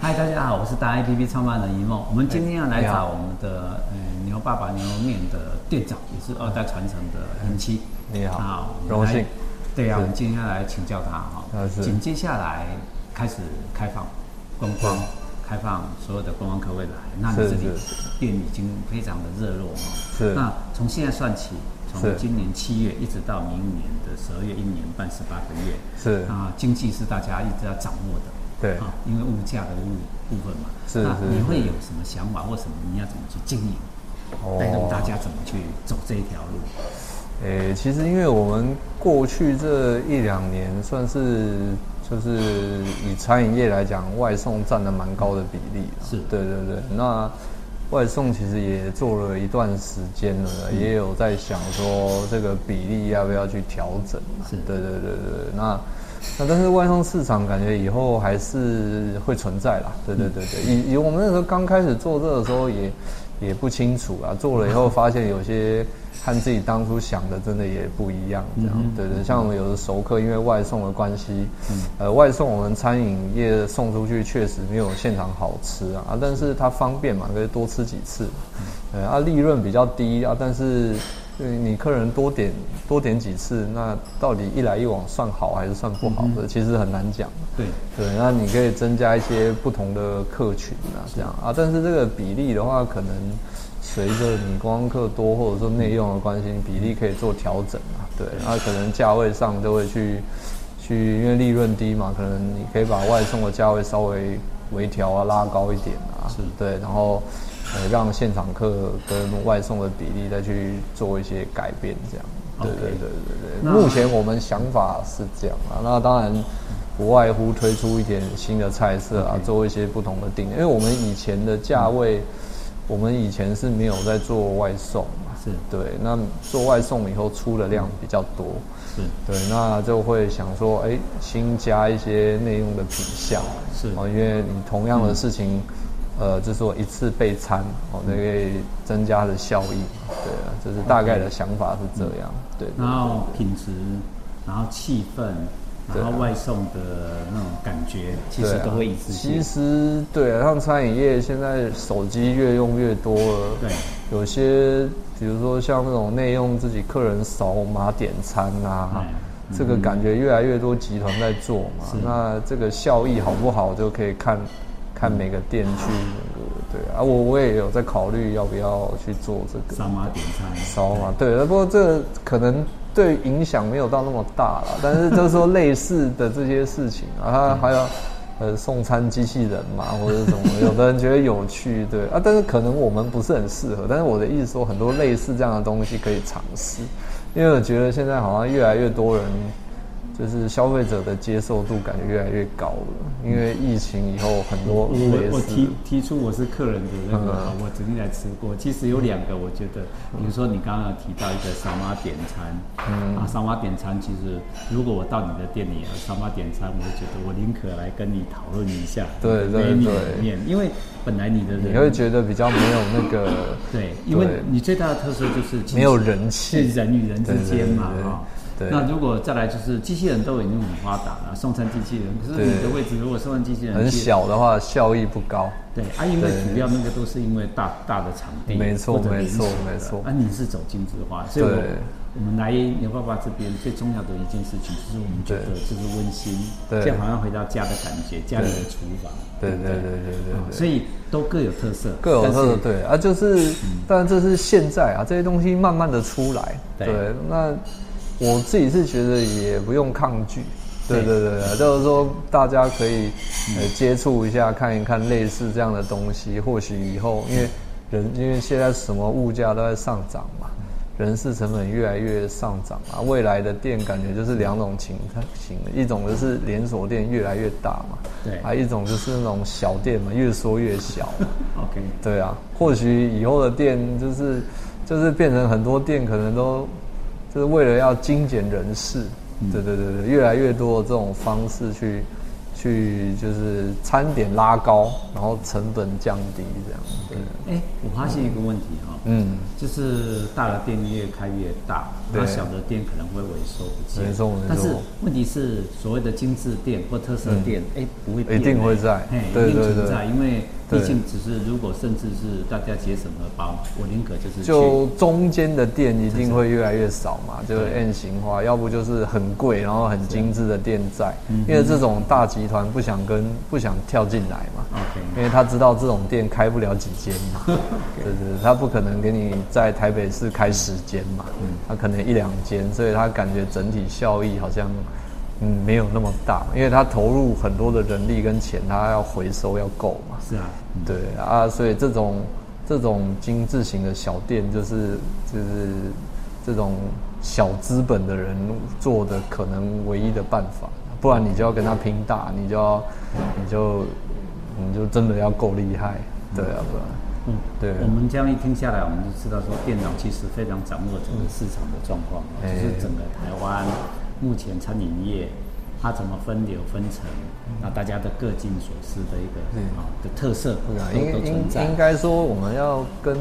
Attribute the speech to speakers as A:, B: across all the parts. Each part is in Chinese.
A: 嗨，大家好，我是达 APP 创办人一梦。我们今天要来
B: 哎你好
A: 找我们的呃牛爸爸牛肉面的店长，也是二代传承的人妻。
B: 嗯你好
A: 啊
B: 荣。
A: 我们
B: 幸
A: 来对啊，
B: 是
A: 我们今天要来请教他哈、
B: 啊是
A: 紧接下来开始开放观光，开放所有的观光客会来。那你
B: 是
A: 这里
B: 是
A: 店已经非常的热络哈、
B: 是
A: 那从现在算起，从
B: 是
A: 今年七月一直到明年的十二月，一年半十八个月。
B: 是
A: 啊，经济是大家一直要掌握的。
B: 对
A: 啊，因为物价的物部分嘛，
B: 是
A: 那
B: 是
A: 你
B: 是
A: 会有什么想法，或什么你要怎么去经营，
B: 哦
A: 带动大家怎么去走这一条路？
B: 诶、其实因为我们过去这一两年算是就是以餐饮业来讲，外送占了蛮高的比例啦
A: 是
B: 对对对。那外送其实也做了一段时间了，
A: 嗯
B: 也有在想说这个比例要不要去调整啊嘛。
A: 是
B: 对对对对。那那但是外送市场感觉以后还是会存在啦。对对对对，以以我们那时候刚开始做这个时候也也不清楚啊，做了以后发现有些和自己当初想的真的也不一样，这样、对对。像我们有的熟客因为外送的关系，呃，外送我们餐饮业送出去确实没有现场好吃啊，啊但是它方便嘛，可以多吃几次，呃，啊利润比较低啊，但是。对你客人多点多点几次，那到底一来一往算好还是算不好的，其实很难讲。
A: 对，
B: 对，那你可以增加一些不同的客群啊，这样啊。但是这个比例的话，可能随着你观光客多或者说内用的关系，比例可以做调整啊。对，那可能价位上都会去去，因为利润低嘛，可能你可以把外送的价位稍微微调啊，拉高一点啊。
A: 是
B: 对，然后呃让现场客跟外送的比例再去做一些改变，这样。对
A: OK
B: 对对对
A: 那
B: 对，目前。我们想法是这样啊，那当然不外乎推出一点新的菜色啊，做一些不同的定，因为我们以前的价位，我们以前是没有在做外送嘛，
A: 是
B: 对，那做外送以后出的量比较多，
A: 是
B: 对，那就会想说，哎，新加一些内用的品项，
A: 是
B: 哦，因为你同样的事情，呃，就是说一次备餐，哦，那个增加的效益，对啊，就是大概的想法是这样，对对。
A: 然后品质，然后气氛，
B: 对
A: 然
B: 啊
A: 后外送的那种感觉，其实
B: 对啊
A: 都会一致
B: 其
A: 性。
B: 实对、啊，像餐饮业现在手机越用越多了，
A: 对，
B: 有些比如说像那种内用自己客人扫码点餐啊
A: 哎。
B: 这个感觉越来越多集团在做嘛，那这个效益好不好就可以看，
A: 嗯
B: 看每个店去那个对啊，我我也有在考虑要不要去做这个，
A: 三妈点餐，
B: 烧嘛，对。不过这个可能对影响没有到那么大了，但是就是说类似的这些事情 啊，
A: 嗯
B: 还有呃送餐机器人嘛，或者 什么，有的人觉得有趣，对啊，但是可能我们不是很适合。但是我的意思说，很多类似这样的东西可以尝试，因为我觉得现在好像越来越多人。就是消费者的接受度感觉越来越高了，因为疫情以后很多
A: 嗯我
B: 类
A: 我我
B: 似嗯
A: 提提出我是客人的那个，我曾经来吃过。其实有两个，我觉得，比如说你刚刚有提到一个三妈点餐，
B: 嗯
A: 啊，三妈点餐，其实如果我到你的店里啊，三妈点餐，我会觉得我宁可来跟你讨论一下，
B: 对对
A: menu
B: 对
A: 里面，因为本来你的人
B: 你会觉得比较没有那个
A: 对，因为
B: 对
A: 你最大的特色就是其实
B: 没有人
A: 是
B: 气，
A: 人与人之间嘛，
B: 对对对对
A: 哈。
B: 对
A: 那如果再来就是机器人都已经很发达了，送餐机器人，可是
B: 对
A: 你的位置如果送餐机器人
B: 很
A: 其实
B: 小的话效益不高。
A: 对啊，因为主要那个都是因为大大的场地，
B: 没错
A: 或者连锁的
B: 没错没错
A: 啊，你是走精致化，所以我
B: 对
A: 我们来牛爸爸这边最重要的一件事情，就是我们觉得就是温馨，
B: 对
A: 这样好像回到家的感觉，家里的厨房，
B: 对对
A: 不
B: 对对对
A: 啊
B: 对，
A: 所以都各有特色，
B: 各有特
A: 但
B: 色
A: 是。嗯
B: 对啊，就是当然这是现在啊，这些东西慢慢的出来。
A: 对
B: 对，那我自己是觉得也不用抗拒。
A: 对
B: 对
A: 嗯
B: 对对，对就是说大家可以呃接触一下，看一看类似这样的东西，或许以后因为人因为现在什么物价都在上涨嘛。
A: 嗯
B: 人事成本越来越上涨啊，未来的店感觉就是两种情形，一种就是连锁店越来越大嘛，
A: 对
B: 啊，一种就是那种小店嘛，越缩越小嘛
A: OK，
B: 对啊，或许以后的店就是就是变成很多店可能都就是为了要精简人事，对对对对，越来越多的这种方式去去就是餐点拉高，然后成本降低这样。对，
A: 哎，我发现一个问题哈、
B: 嗯，
A: 就是大的店越开越大，
B: 对
A: 那小的店可能会萎缩不见。
B: 没错没错
A: 但是问题是，所谓的精致店或特色店，哎、不会变
B: 嗯一定会在
A: 哎，
B: 对
A: 一定
B: 对
A: 存在，因为
B: 对
A: 毕竟只是如果甚至是大家节省荷包，我宁可就是去
B: 就中间的店一定会越来越少嘛，就是
A: 对
B: N 型化，要不就是很贵，然后很精致的店在，
A: 嗯
B: 因为这种大集团不想跟不想跳进来嘛。
A: OK
B: 因为他知道这种店开不了几间 嘛，对对，对他不可能给你在台北市开十间嘛，
A: 嗯
B: 他可能一两间，所以他感觉整体效益好像嗯没有那么大，因为他投入很多的人力跟钱，他要回收要够嘛，
A: 是啊，
B: 对啊，所以这种这种精致型的小店，就是就是这种小资本的人做的可能唯一的办法，不然你就要跟他拼大，你就要你就你就真的要够厉害，对啊，不然
A: 嗯，
B: 对
A: 我们这样一听下来，我们就知道说，电脑其实非常掌握整个市场的状况，
B: 哎
A: 就是整个台湾目前餐饮业它怎么分流分层，
B: 嗯
A: 那大家的各尽所思的一个
B: 对
A: 啊的特色
B: 不然
A: 都
B: 应
A: 都存
B: 应
A: 在
B: 应。该说我们要跟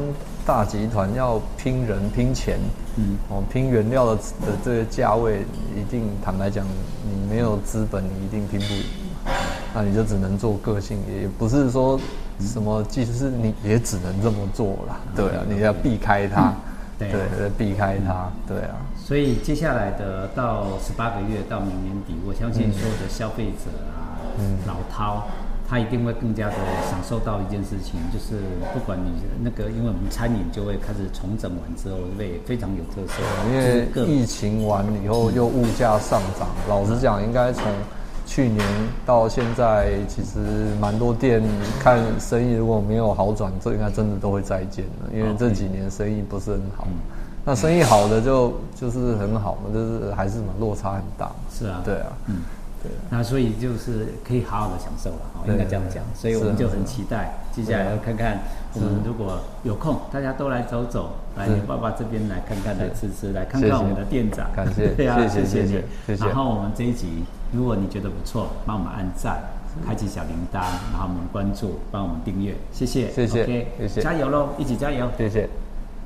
B: 大集团要拼人拼钱，
A: 嗯
B: 哦，拼原料的的这个价位，一定坦白讲，你没有资本，你一定拼不赢嘛。那你就只能做个性，也不是说什么技术，是你也只能这么做啦。对啊，你要避开它，
A: 对啊
B: 对，避开它，对啊，
A: 所以接下来的到十八个月到明年底，我相信所有的消费者啊，
B: 嗯
A: 老饕。他一定会更加的享受到一件事情，就是不管你那个，因为我们餐饮就会开始重整完之后，会非常有特色，
B: 因
A: 就是
B: 为
A: 各
B: 疫情完以后又物价上涨，老实讲，应该从去年到现在，其实蛮多店看生意如果没有好转，这应该真的都会再见了，因为这几年生意不是很好。那生意好的就就是很好嘛，就是还是落差很大嘛。
A: 是啊，
B: 对啊，
A: 嗯，
B: 对啊。
A: 那所以就是可以好好的享受了，哈，
B: 对
A: 应该这样讲。所以我们
B: 是啊
A: 就
B: 啊
A: 很期待接下来要看看我们如果有空，大家都来走走，来
B: 是
A: 你爸爸这边来看看，来吃吃，来看
B: 谢谢
A: 看我们的店长。
B: 感谢
A: 对啊，
B: 谢谢
A: 谢
B: 谢谢
A: 你。
B: 谢谢
A: 然后我们这一集，如果你觉得不错，帮我们按赞。开启小铃铛，然后我们关注，帮我们订阅，谢谢，
B: 谢谢
A: OK，
B: 谢谢
A: 加油喽，一起加油，
B: 谢谢。